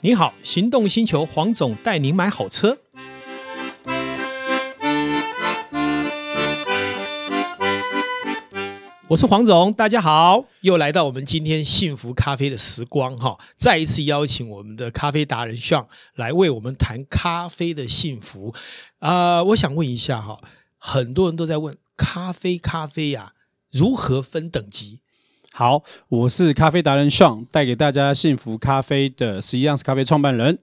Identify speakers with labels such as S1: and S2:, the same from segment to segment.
S1: 你好，行动星球黄总带您买好车。我是黄总，大家好，又来到我们今天幸福咖啡的时光哈，再一次邀请我们的咖啡达人上来为我们谈咖啡的幸福。啊、我想问一下哈，很多人都在问咖啡咖啡呀、如何分等级？
S2: 好，我是咖啡达人 Sean，带给大家幸福咖啡的十一样咖啡创办人。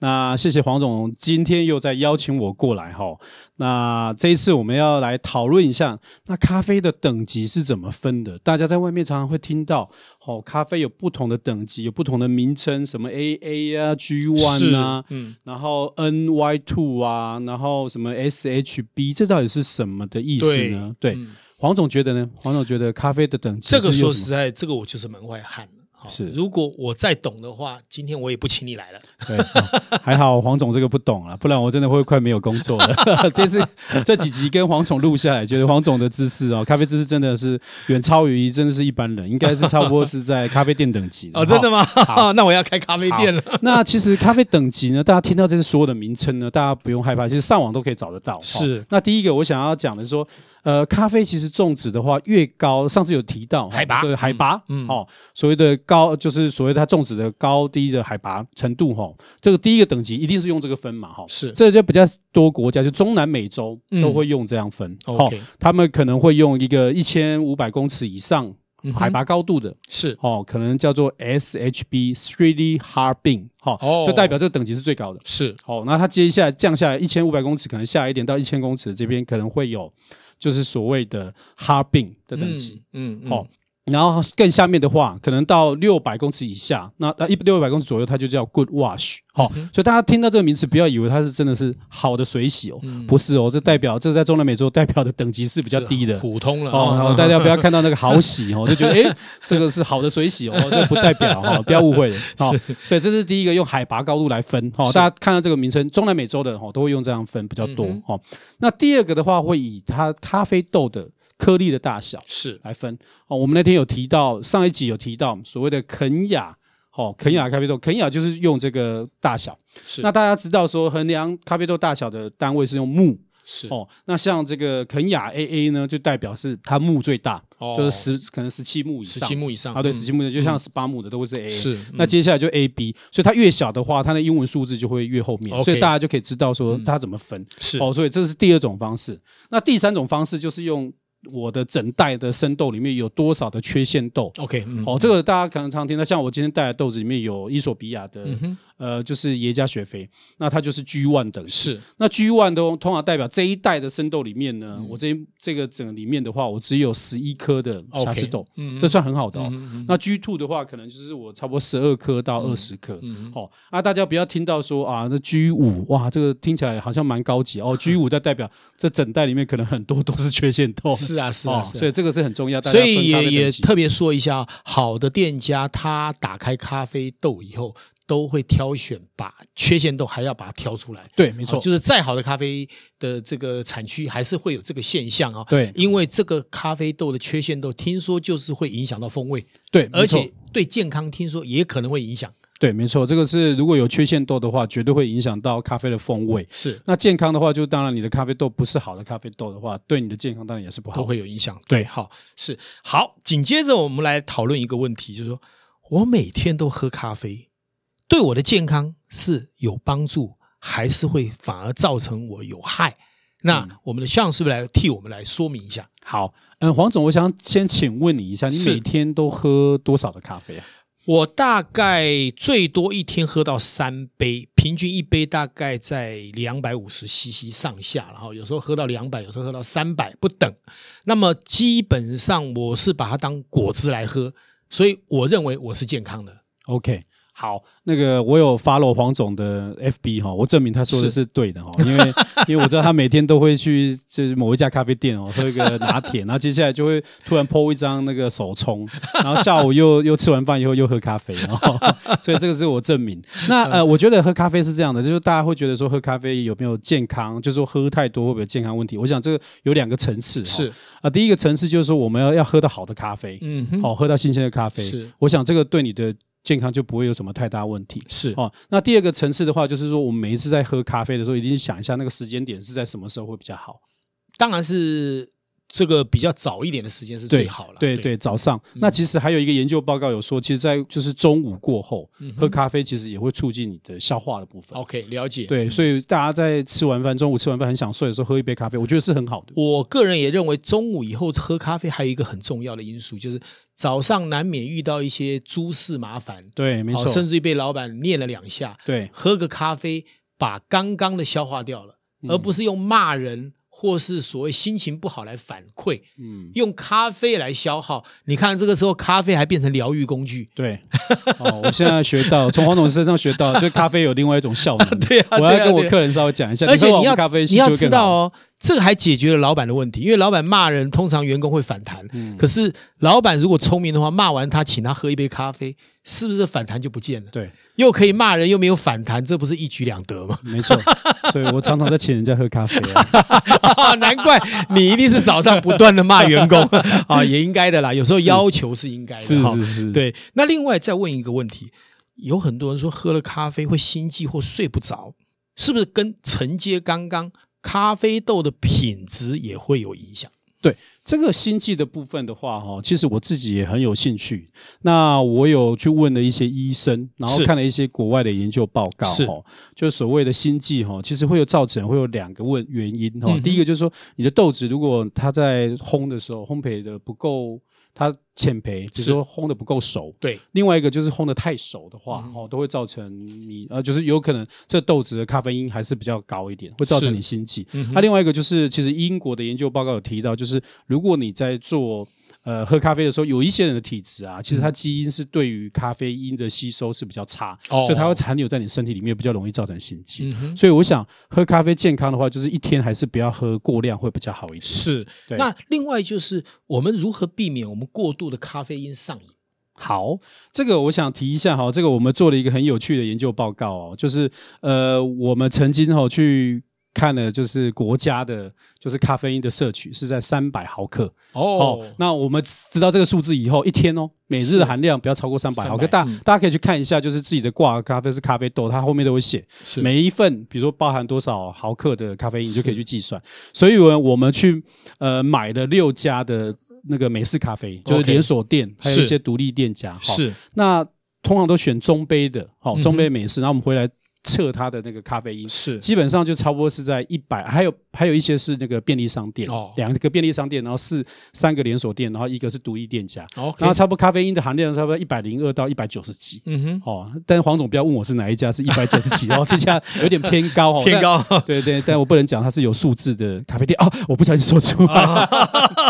S2: 那谢谢黄总，今天又再邀请我过来哈。那这一次我们要来讨论一下，那咖啡的等级是怎么分的？大家在外面常常会听到，哦，咖啡有不同的等级，有不同的名称，什么 AA 啊、G One 啊，
S1: 嗯，
S2: 然后 NY Two 啊，然后什么 SHB，这到底是什么的意思呢？对，
S1: 嗯
S2: 黄总觉得呢？黄总觉得咖啡的等级
S1: 这个
S2: 是有
S1: 说
S2: 什么
S1: 实在，这个我就是门外汉了。好
S2: 是
S1: 如果我再懂的话，今天我也不请你来了。
S2: 对，好还好黄总这个不懂啊，不然我真的会快没有工作了。 这次这几集跟黄总录下来，觉得黄总的知识哦，咖啡知识真的是远超于真的是一般人，应该是差不多是在咖啡店等级的
S1: 哦，真的
S2: 吗？
S1: 吗？
S2: 好
S1: 那我要开咖啡店了。
S2: 那其实咖啡等级呢，大家听到这些所有的名称呢，大家不用害怕，其实上网都可以找得到。
S1: 是
S2: 哦那第一个我想要讲的是说，呃，咖啡其实种植的话越高，上次有提到哦
S1: 海拔
S2: 对海拔，
S1: 嗯嗯
S2: 哦，所谓的高就是所谓它种植的高低的海拔程度，哈、哦，这个第一个等级一定是用这个分嘛，哈、哦。
S1: 是
S2: 这就比较多国家，就中南美洲
S1: 嗯
S2: 都会用这样分，哦，
S1: OK，
S2: 他们可能会用一个一千五百公尺以上
S1: 嗯哼
S2: 海拔高度的，
S1: 是
S2: 哦，可能叫做 SHB Street Harbin，好、
S1: 哦
S2: 就代表这个等级是最高的。
S1: 是
S2: 好、那它接下来降下来一千五百公尺，可能下一点到一千公尺这边可能会有，就是所谓的 Harbin 的等级。，
S1: 嗯嗯，
S2: 哦，然后更下面的话，可能到六百公尺以下，那那一六百公尺左右，它就叫 good wash。好、
S1: 嗯
S2: 所以大家听到这个名词，不要以为它是真的是好的水洗哦，不是哦，这代表这在中南美洲代表的等级是比较
S1: 嗯是啊
S2: 低的。
S1: 普 通了
S2: 哦，然后大家不要看到那个好 洗哦，就觉得诶，这个是好的水洗哦，这不代表哦，不要误会 了哦。所以这是第一个用海拔高度来分哦，
S1: 是
S2: 大家看到这个名称，中南美洲的哦都会用这样分比较多
S1: 嗯
S2: 哦。那第二个的话，会以它咖啡豆的颗粒的大小
S1: 是
S2: 来分哦。我们那天有提到，上一集有提到所谓的肯雅。
S1: 嗯
S2: 哦，肯雅咖啡豆，肯雅就是用这个大小。
S1: 是
S2: 那大家知道说，衡量咖啡豆大小的单位是用目
S1: 是
S2: 哦。那像这个肯雅 AA 呢，就代表是它目最大，
S1: 哦
S2: 就是十可能十七目以
S1: 十
S2: 上
S1: 七目以上
S2: 啊，对，
S1: 嗯
S2: 十七目的就像十八目的都是 A A。
S1: 是
S2: 那
S1: 嗯
S2: 接下来就 A B，所以它越小的话，它的英文数字就会越后面，
S1: OK 嗯
S2: 所以大家就可以知道说它怎么分。
S1: 是
S2: 哦，所以这是第二种方式。那第三种方式就是用我的整袋的生豆里面有多少的缺陷豆。
S1: OK，嗯
S2: 哦，这个大家可能常听到，像我今天带的豆子里面有伊索比亚的，
S1: 嗯
S2: 呃，就是耶加雪菲，那它就是 G one 等级。
S1: 是
S2: 那 G one 都通常代表这一代的生豆里面呢，
S1: 嗯
S2: 我这一这个整个里面的话，我只有十一颗的瑕疵
S1: OK，
S2: 豆，
S1: 嗯
S2: 这算很好的哦。
S1: 嗯嗯
S2: 那 G two 的话，可能就是我差不多十二颗到二十颗。
S1: 嗯
S2: 哦，啊，大家不要听到说啊，那 G 五哇，这个听起来好像蛮高级哦。G 五在代表这整袋里面可能很多都是缺陷豆，
S1: 嗯是啊是啊，
S2: 哦，
S1: 是啊
S2: 所以这个是很重要。大家
S1: 所以
S2: 分咖
S1: 也
S2: 啡
S1: 也
S2: 等级
S1: 特别说一下啊，好的店家他打开咖啡豆以后，都会挑选把缺陷豆还要把它挑出来。
S2: 对，没错，
S1: 哦就是再好的咖啡的这个产区，还是会有这个现象啊。
S2: 对
S1: 因为这个咖啡豆的缺陷豆，听说就是会影响到风味，
S2: 对，
S1: 而
S2: 没错
S1: 且对健康听说也可能会影响。
S2: 对，没错，这个是如果有缺陷豆的话，绝对会影响到咖啡的风味。
S1: 是
S2: 那健康的话，就当然你的咖啡豆不是好的咖啡豆的话，对你的健康当然也是不
S1: 都
S2: 好。
S1: 会有影响。
S2: 对
S1: 好是好。紧接着我们来讨论一个问题，就是说我每天都喝咖啡，对我的健康是有帮助，还是会反而造成我有害？
S2: 嗯
S1: 那我们的向是不是来替我们来说明一下？
S2: 好，嗯，黄总，我想先请问你一下，你
S1: 是
S2: 每天都喝多少的咖啡啊？
S1: 我大概最多一天喝到三杯，平均一杯大概在两百五十 CC 上下，然后有时候喝到两百，有时候喝到三百不等。那么基本上我是把它当果汁来喝，所以我认为我是健康的。
S2: OK，好，那个我有 follow 黄总的 FB 哈、我证明他说的是对的哈、因 为因为我知道他每天都会去就是某一家咖啡店哦，喝一个拿铁，然后接下来就会突然 PO 一张那个手冲，然后下午又 又吃完饭以后又喝咖啡， 哦，所以这个是我证明。那呃，我觉得喝咖啡是这样的，就是大家会觉得说喝咖啡有没有健康，就是说喝太多会不会有健康问题？我想这个有两个层次、哦，
S1: 是
S2: 啊、第一个层次就是说我们要要喝到好的咖啡，
S1: 嗯哼，
S2: 哦，喝到新鲜的咖啡，
S1: 是
S2: 我想这个对你的健康就不会有什么太大问题。
S1: 是
S2: 哦，那第二个层次的话，就是说我们每一次在喝咖啡的时候，一定想一下那个时间点是在什么时候会比较好。
S1: 当然是这个比较早一点的时间是最好了。嗯
S2: 对对，早上。那其实还有一个研究报告有说，其实，在就是中午过后、
S1: 嗯
S2: 喝咖啡，其实也会促进你的消化的部分。
S1: ，OK，了解。
S2: 对，所以大家在吃完饭，中午吃完饭很想睡的时候，喝一杯咖啡，我觉得是很好的。
S1: 我个人也认为，中午以后喝咖啡还有一个很重要的因素，就是早上难免遇到一些诸事麻烦，
S2: 对，没
S1: 哦
S2: 错，
S1: 甚至于被老板念了两下，
S2: 对
S1: 喝个咖啡把刚刚的消化掉了，
S2: 嗯
S1: 而不是用骂人或是所谓心情不好来反馈，
S2: 嗯，
S1: 用咖啡来消耗。你看这个时候，咖啡还变成疗愈工 具。
S2: 对。哦，我现在学到，从黄总身上学到，就咖啡有另外一种效 能。
S1: 对啊，
S2: 我
S1: 对
S2: 要
S1: 啊
S2: 跟我
S1: 对啊
S2: 客人稍微讲一下，
S1: 而且
S2: 你喝完
S1: 你
S2: 我
S1: 要
S2: 们咖啡
S1: 你要
S2: 吸
S1: 知
S2: 就更好
S1: 道哦，这个还解决了老板的问题，因为老板骂人，通常员工会反弹。
S2: 嗯
S1: 可是老板如果聪明的话，骂完他请他喝一杯咖啡，是不是反弹就不见了？
S2: 对，
S1: 又可以骂人，又没有反弹，这不是一举两得吗？
S2: 没错。所以我常常在请人家喝咖啡啊、
S1: 啊难怪你一定是早上不断的骂员工 啊，也应该的啦。有时候要求是应该的哈。
S2: 是是，
S1: 对，那另外再问一个问题，有很多人说喝了咖啡会心悸或睡不着，是不是跟承接刚刚咖啡豆的品质也会有影响？
S2: 这个心悸的部分的话，哈，其实我自己也很有兴趣。那我有去问了一些医生，然后
S1: 是
S2: 看了一些国外的研究报告，
S1: 是
S2: 哈，就是所谓的心悸，哈，其实会有造成会有两个问原因，哈、
S1: 嗯哼
S2: 第一个就是说你的豆子如果它在烘的时候烘焙的不够，它浅焙，比
S1: 是
S2: 如说烘的不够熟。
S1: 对，
S2: 另外一个就是烘的太熟的话，
S1: 嗯
S2: 哦，都会造成你呃，就是有可能这豆子的咖啡因还是比较高一点，会造成
S1: 是
S2: 你心悸。啊
S1: 嗯哼
S2: 那、另外一个就是，其实英国的研究报告有提到，就是如果你在做呃喝咖啡的时候，有一些人的体质啊，其实他
S1: 嗯
S2: 基因是对于咖啡因的吸收是比较差，
S1: 哦
S2: 所以它会残留在你身体里面，比较容易造成心悸。
S1: 嗯哼，
S2: 所以我想喝咖啡健康的话，就是一天还是不要喝过量会比较好一点。
S1: 是。
S2: 对
S1: 那另外就是我们如何避免我们过度的咖啡因上瘾？
S2: 好，这个我想提一下哈，这个我们做了一个很有趣的研究报告哦，就是呃，我们曾经哈去看了就是国家的，就是咖啡因的摄取是在三百毫克哦那我们知道这个数字以后，一天哦，每日
S1: 是
S2: 的含量不要超过三百毫克。
S1: 300
S2: 大、
S1: 嗯
S2: 大家可以去看一下，就是自己的挂咖啡是咖啡豆，它后面都会写
S1: 是
S2: 每一份，比如说包含多少毫克的咖啡因，你就可以去计算。所以我我们去呃买了六家的那个美式咖啡，就是
S1: OK
S2: 连锁店，还有一
S1: 是
S2: 些独立店家。好
S1: 是
S2: 那通常都选中杯的，
S1: 嗯
S2: 好、
S1: 哼
S2: 中杯美式，然后我们回来测它的那个咖啡因，
S1: 是
S2: 基本上就差不多是在一百，还有还有一些是那个便利商店，
S1: 哦
S2: 两个便利商店，然后四三个连锁店，然后一个是独立店家，
S1: ，OK，
S2: 然后差不多咖啡因的含量差不多一百零二到一百九十几。
S1: 嗯哼，
S2: 哦，但是黄总不要问我是哪一家，是一百九十几，然后这家有点偏高哦，
S1: 偏高。
S2: 但。对对，但我不能讲它是有数字的咖啡店哦， 我不小心说出
S1: 啊
S2: 来。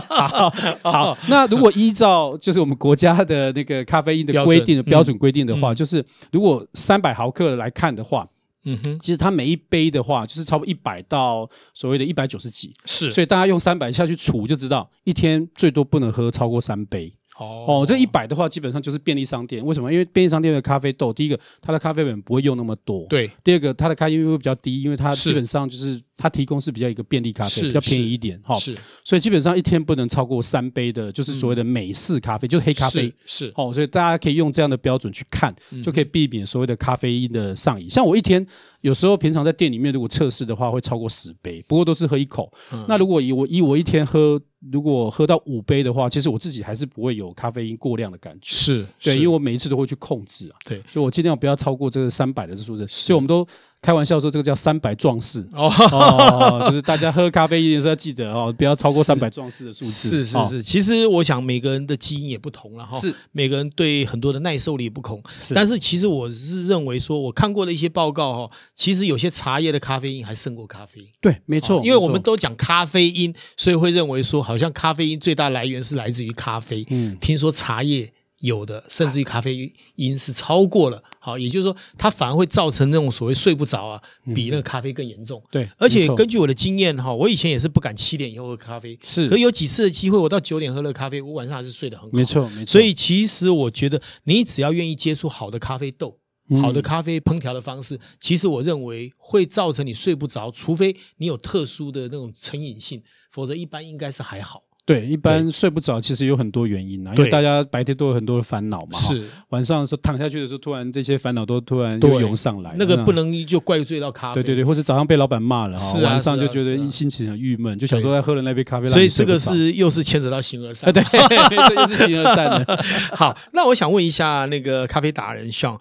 S2: 好，好，那如果依照就是我们国家的那个咖啡因的
S1: 标
S2: 规
S1: 准
S2: 定的
S1: 嗯
S2: 标准规定的话，就是如果三百毫克来看的话，
S1: 嗯哼，
S2: 其实它每一杯的话就是超过一百到所谓的一百九十几，
S1: 是
S2: 所以大家用三百下去除就知道，一天最多不能喝超过三杯。
S1: 哦
S2: 哦，这一百的话，基本上就是便利商店。为什么？因为便利商店的咖啡豆，第一个它的咖啡粉不会用那么多，；
S1: 对
S2: 第二个它的咖啡因会比较低，因为它
S1: 是
S2: 基本上就是它提供是比较一个便利咖
S1: 是
S2: 啡，比较便宜一点哈。
S1: 是
S2: 所以基本上一天不能超过三杯的，就是所谓的美式咖啡，就是黑咖啡。
S1: 是是
S2: 哦，所以大家可以用这样的标准去看，
S1: 嗯
S2: 就可以避免所谓的咖啡因的上瘾。像我一天有时候平常在店里面如果测试的话，会超过十杯，不过都是喝一口。
S1: 嗯
S2: 那如果以我以我一天喝，如果喝到五杯的话，其实我自己还是不会有咖啡因过量的感觉。
S1: 是，
S2: 对，
S1: 是
S2: 因为我每一次都会去控制啊，
S1: 对
S2: 就我尽量不要超过这个三百的数字。所以我们都开玩笑说这个叫三百壮士。
S1: 哦。
S2: 哦，就是大家喝咖啡一定是要记得哦，不要超过三百壮士的数字。
S1: 是是哦
S2: 哦
S1: 是，其实我想每个人的基因也不同了哈，
S2: 是
S1: 每个人对很多的耐受力也不同。
S2: 是
S1: 但是其实我是认为说，我看过的一些报告哈，其实有些茶叶的咖啡因还胜过咖啡因。
S2: 对，没错，
S1: 哦因为我们
S2: 没错
S1: 都讲咖啡因，所以会认为说，好像咖啡因最大来源是来自于咖啡。
S2: 嗯
S1: 听说茶叶有的，甚至于咖啡因是超过了，好，也就是说，它反而会造成那种所谓睡不着啊，比那个咖啡更严重。
S2: 对，
S1: 而且
S2: 嗯没错
S1: 根据我的经验哈，我以前也是不敢七点以后喝咖啡，
S2: 是
S1: 可有几次的机会，我到九点喝了咖啡，我晚上还是睡得很好。
S2: 没，错，没错，
S1: 所以其实我觉得，你只要愿意接触好的咖啡豆。
S2: 嗯
S1: 好的咖啡烹调的方式，其实我认为会造成你睡不着，除非你有特殊的那种成瘾性，否则一般应该是还好。
S2: 对，一般睡不着其实有很多原因啊，因为
S1: 对
S2: 大家白天都有很多的烦恼嘛，哈
S1: 是
S2: 晚上的时候躺下去的时候，突然这些烦恼都突然
S1: 对
S2: 又涌上来，嗯
S1: 那个不
S2: 能。
S1: 能就怪罪到咖啡。
S2: 对对对，或是早上被老板骂了，哈
S1: 是，啊
S2: 晚上
S1: 是啊
S2: 就觉
S1: 是
S2: 得
S1: 啊
S2: 心情很郁闷，就想说
S1: 对
S2: 再喝了那杯咖啡，
S1: 所以
S2: 让你睡
S1: 这
S2: 不
S1: 个
S2: 着
S1: 是又是牵扯到形而上
S2: 啊，。对，这又是形而散 的。
S1: 好，那我想问一下那个咖啡达人像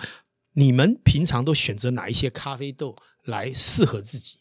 S1: 你们平常都选择哪一些咖啡豆来适合自己？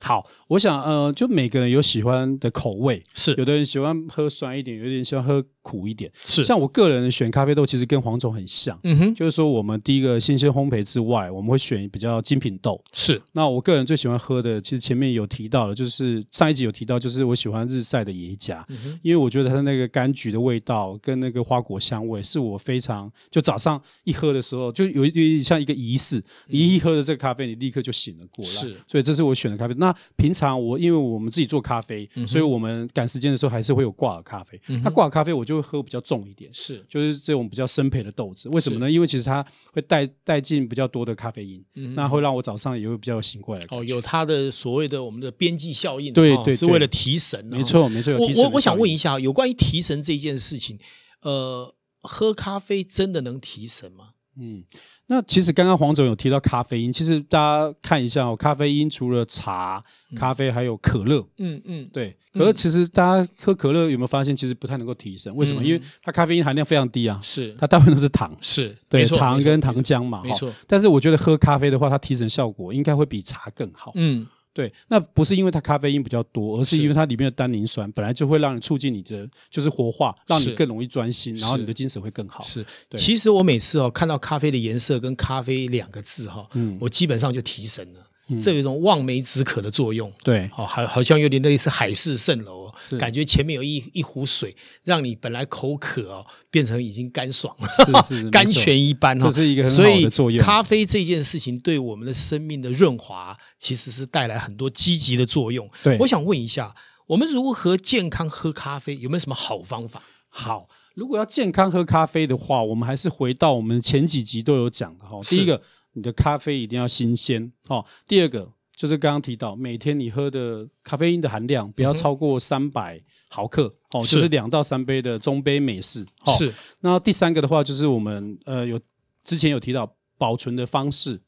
S2: 好，我想呃，就每个人有喜欢的口味，
S1: 是
S2: 有的人喜欢喝酸一点，有的人喜欢喝苦一点。
S1: 是，
S2: 像我个人选咖啡豆，其实跟黄总很像，
S1: 嗯哼，
S2: 就是说我们第一个新鲜烘焙之外，我们会选比较精品豆。
S1: 是
S2: 那我个人最喜欢喝的，其实前面有提到了，就是上一集有提到，就是我喜欢日晒的野甲，因为我觉得它那个柑橘的味道跟那个花果香味，是我非常就早上一喝的时候，就有一有一像一个仪式，你一喝了这个咖啡，你立刻就醒了过来。
S1: 是
S2: 所以这是我选的咖啡。那平常我因为我们自己做咖啡，所以我们赶时间的时候还是会有挂耳咖啡。
S1: 嗯
S2: 那挂耳咖啡我就会喝比较重一点，
S1: 是，
S2: 就是这种比较生培的豆子。为什么呢？因为其实它会带带进比较多的咖啡因，那会让我早上也会比较有醒过来的感
S1: 嗯哦，
S2: 觉。
S1: 有它的所谓的我们的边际效应，
S2: 对
S1: 哦
S2: 对
S1: 是
S2: 对
S1: 为了提神，哦
S2: 没。错没错。有
S1: 我
S2: 提神
S1: 我
S2: 的
S1: 我想
S2: 效应
S1: 问一下，有关于提神这件事情，呃，喝咖啡真的能提神吗？
S2: 嗯，那其实刚刚黄总有提到咖啡因，其实大家看一下哦，咖啡因除了茶、咖啡还有可乐。
S1: 嗯嗯，
S2: 对，可乐其实大家喝可乐有没有发现，其实不太能够提神？为什么？
S1: 嗯
S2: 因为它咖啡因含量非常低啊，
S1: 是
S2: 它大部分都是糖，
S1: 是，
S2: 对，
S1: 没错
S2: 糖
S1: 没错
S2: 跟糖浆嘛，
S1: 没
S2: 哈
S1: 错，
S2: 但是我觉得喝咖啡的话，它提神效果应该会比茶更好。
S1: 嗯，
S2: 对，那不是因为它咖啡因比较多，而是
S1: 是
S2: 因为它里面的单宁酸本来就会让你促进你的就是活化，让你
S1: 是
S2: 更容易专心，然后
S1: 是
S2: 你的精神会更好。
S1: 是，
S2: 对
S1: 其实我每次哦看到咖啡的颜色跟咖啡两个字哈、
S2: 嗯
S1: 我基本上就提神了，这有一种望梅止渴的作用。
S2: 对，
S1: 哦，好，好像有点类似海市蜃楼、哦
S2: 是，
S1: 感觉前面有一一壶水，让你本来口渴哦，变成已经干爽了，
S2: 是 是
S1: 甘
S2: 没错
S1: 泉一般哦。
S2: 这是一个很
S1: 所
S2: 好
S1: 以
S2: 的作用。
S1: 咖啡这件事情对我们的生命的润滑，其实是带来很多积极的作用。
S2: 对
S1: 我想问一下，我们如何健康喝咖啡？有没有什么好方法？
S2: 好，如果要健康喝咖啡的话，我们还是回到我们前几集都有讲的哈。
S1: 是
S2: 第一个，你的咖啡一定要新鲜哦。第二个就是刚刚提到，每天你喝的咖啡因的含量不要超过三百毫克、哦，
S1: 嗯是
S2: 就是两到三杯的中杯美式。哦、。
S1: 是
S2: 那第三个的话，就是我们呃有之前有提到保存的方式，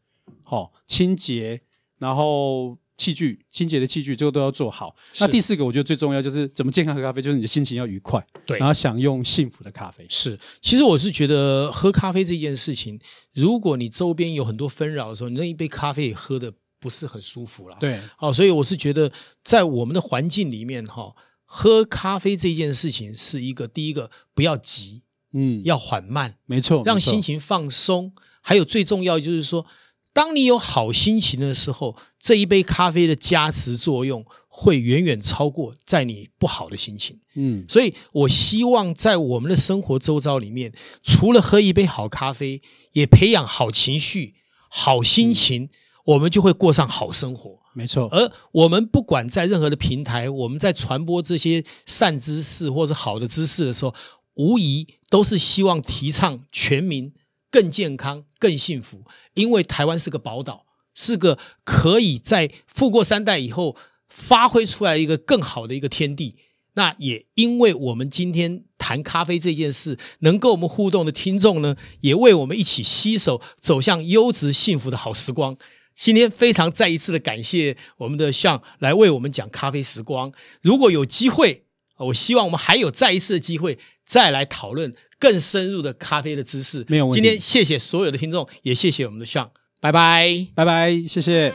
S2: 好、清洁，然后器具清洁的器具，这个都要做好。那
S1: 是
S2: 第四个，我觉得最重要就是怎么健康喝咖啡，就是你的心情要愉快，
S1: 对
S2: 然后享用幸福的咖啡。
S1: 是，其实我是觉得喝咖啡这件事情，如果你周边有很多纷扰的时候，你那一杯咖啡也喝的不是很舒服啦。，
S2: 对，
S1: 好、所以我是觉得在我们的环境里面哈、喝咖啡这件事情是一个第一个不要急，
S2: 嗯，
S1: 要缓慢，
S2: 没错，
S1: 让
S2: 哦没错
S1: 心情放松。还有最重要就是说，当你有好心情的时候，这一杯咖啡的加持作用会远远超过在你不好的心情。
S2: 嗯
S1: 所以我希望在我们的生活周遭里面，除了喝一杯好咖啡，也培养好情绪、好心情，我们就会过上好生活。
S2: 没错，
S1: 而我们不管在任何的平台，我们在传播这些善知识或是好的知识的时候，无疑都是希望提倡全民更健康、更幸福，因为台湾是个宝岛，是个可以在富过三代以后发挥出来一个更好的一个天地。那也因为我们今天谈咖啡这件事，能跟我们互动的听众呢，也为我们一起携手走向优质幸福的好时光。今天非常再一次的感谢我们的向来为我们讲咖啡时光。如果有机会，呃我希望我们还有再一次的机会，再来讨论更深入的咖啡的知识。
S2: 没有问题
S1: 今天谢谢所有的听众，也谢谢我们的向，拜拜。
S2: 拜拜，谢谢。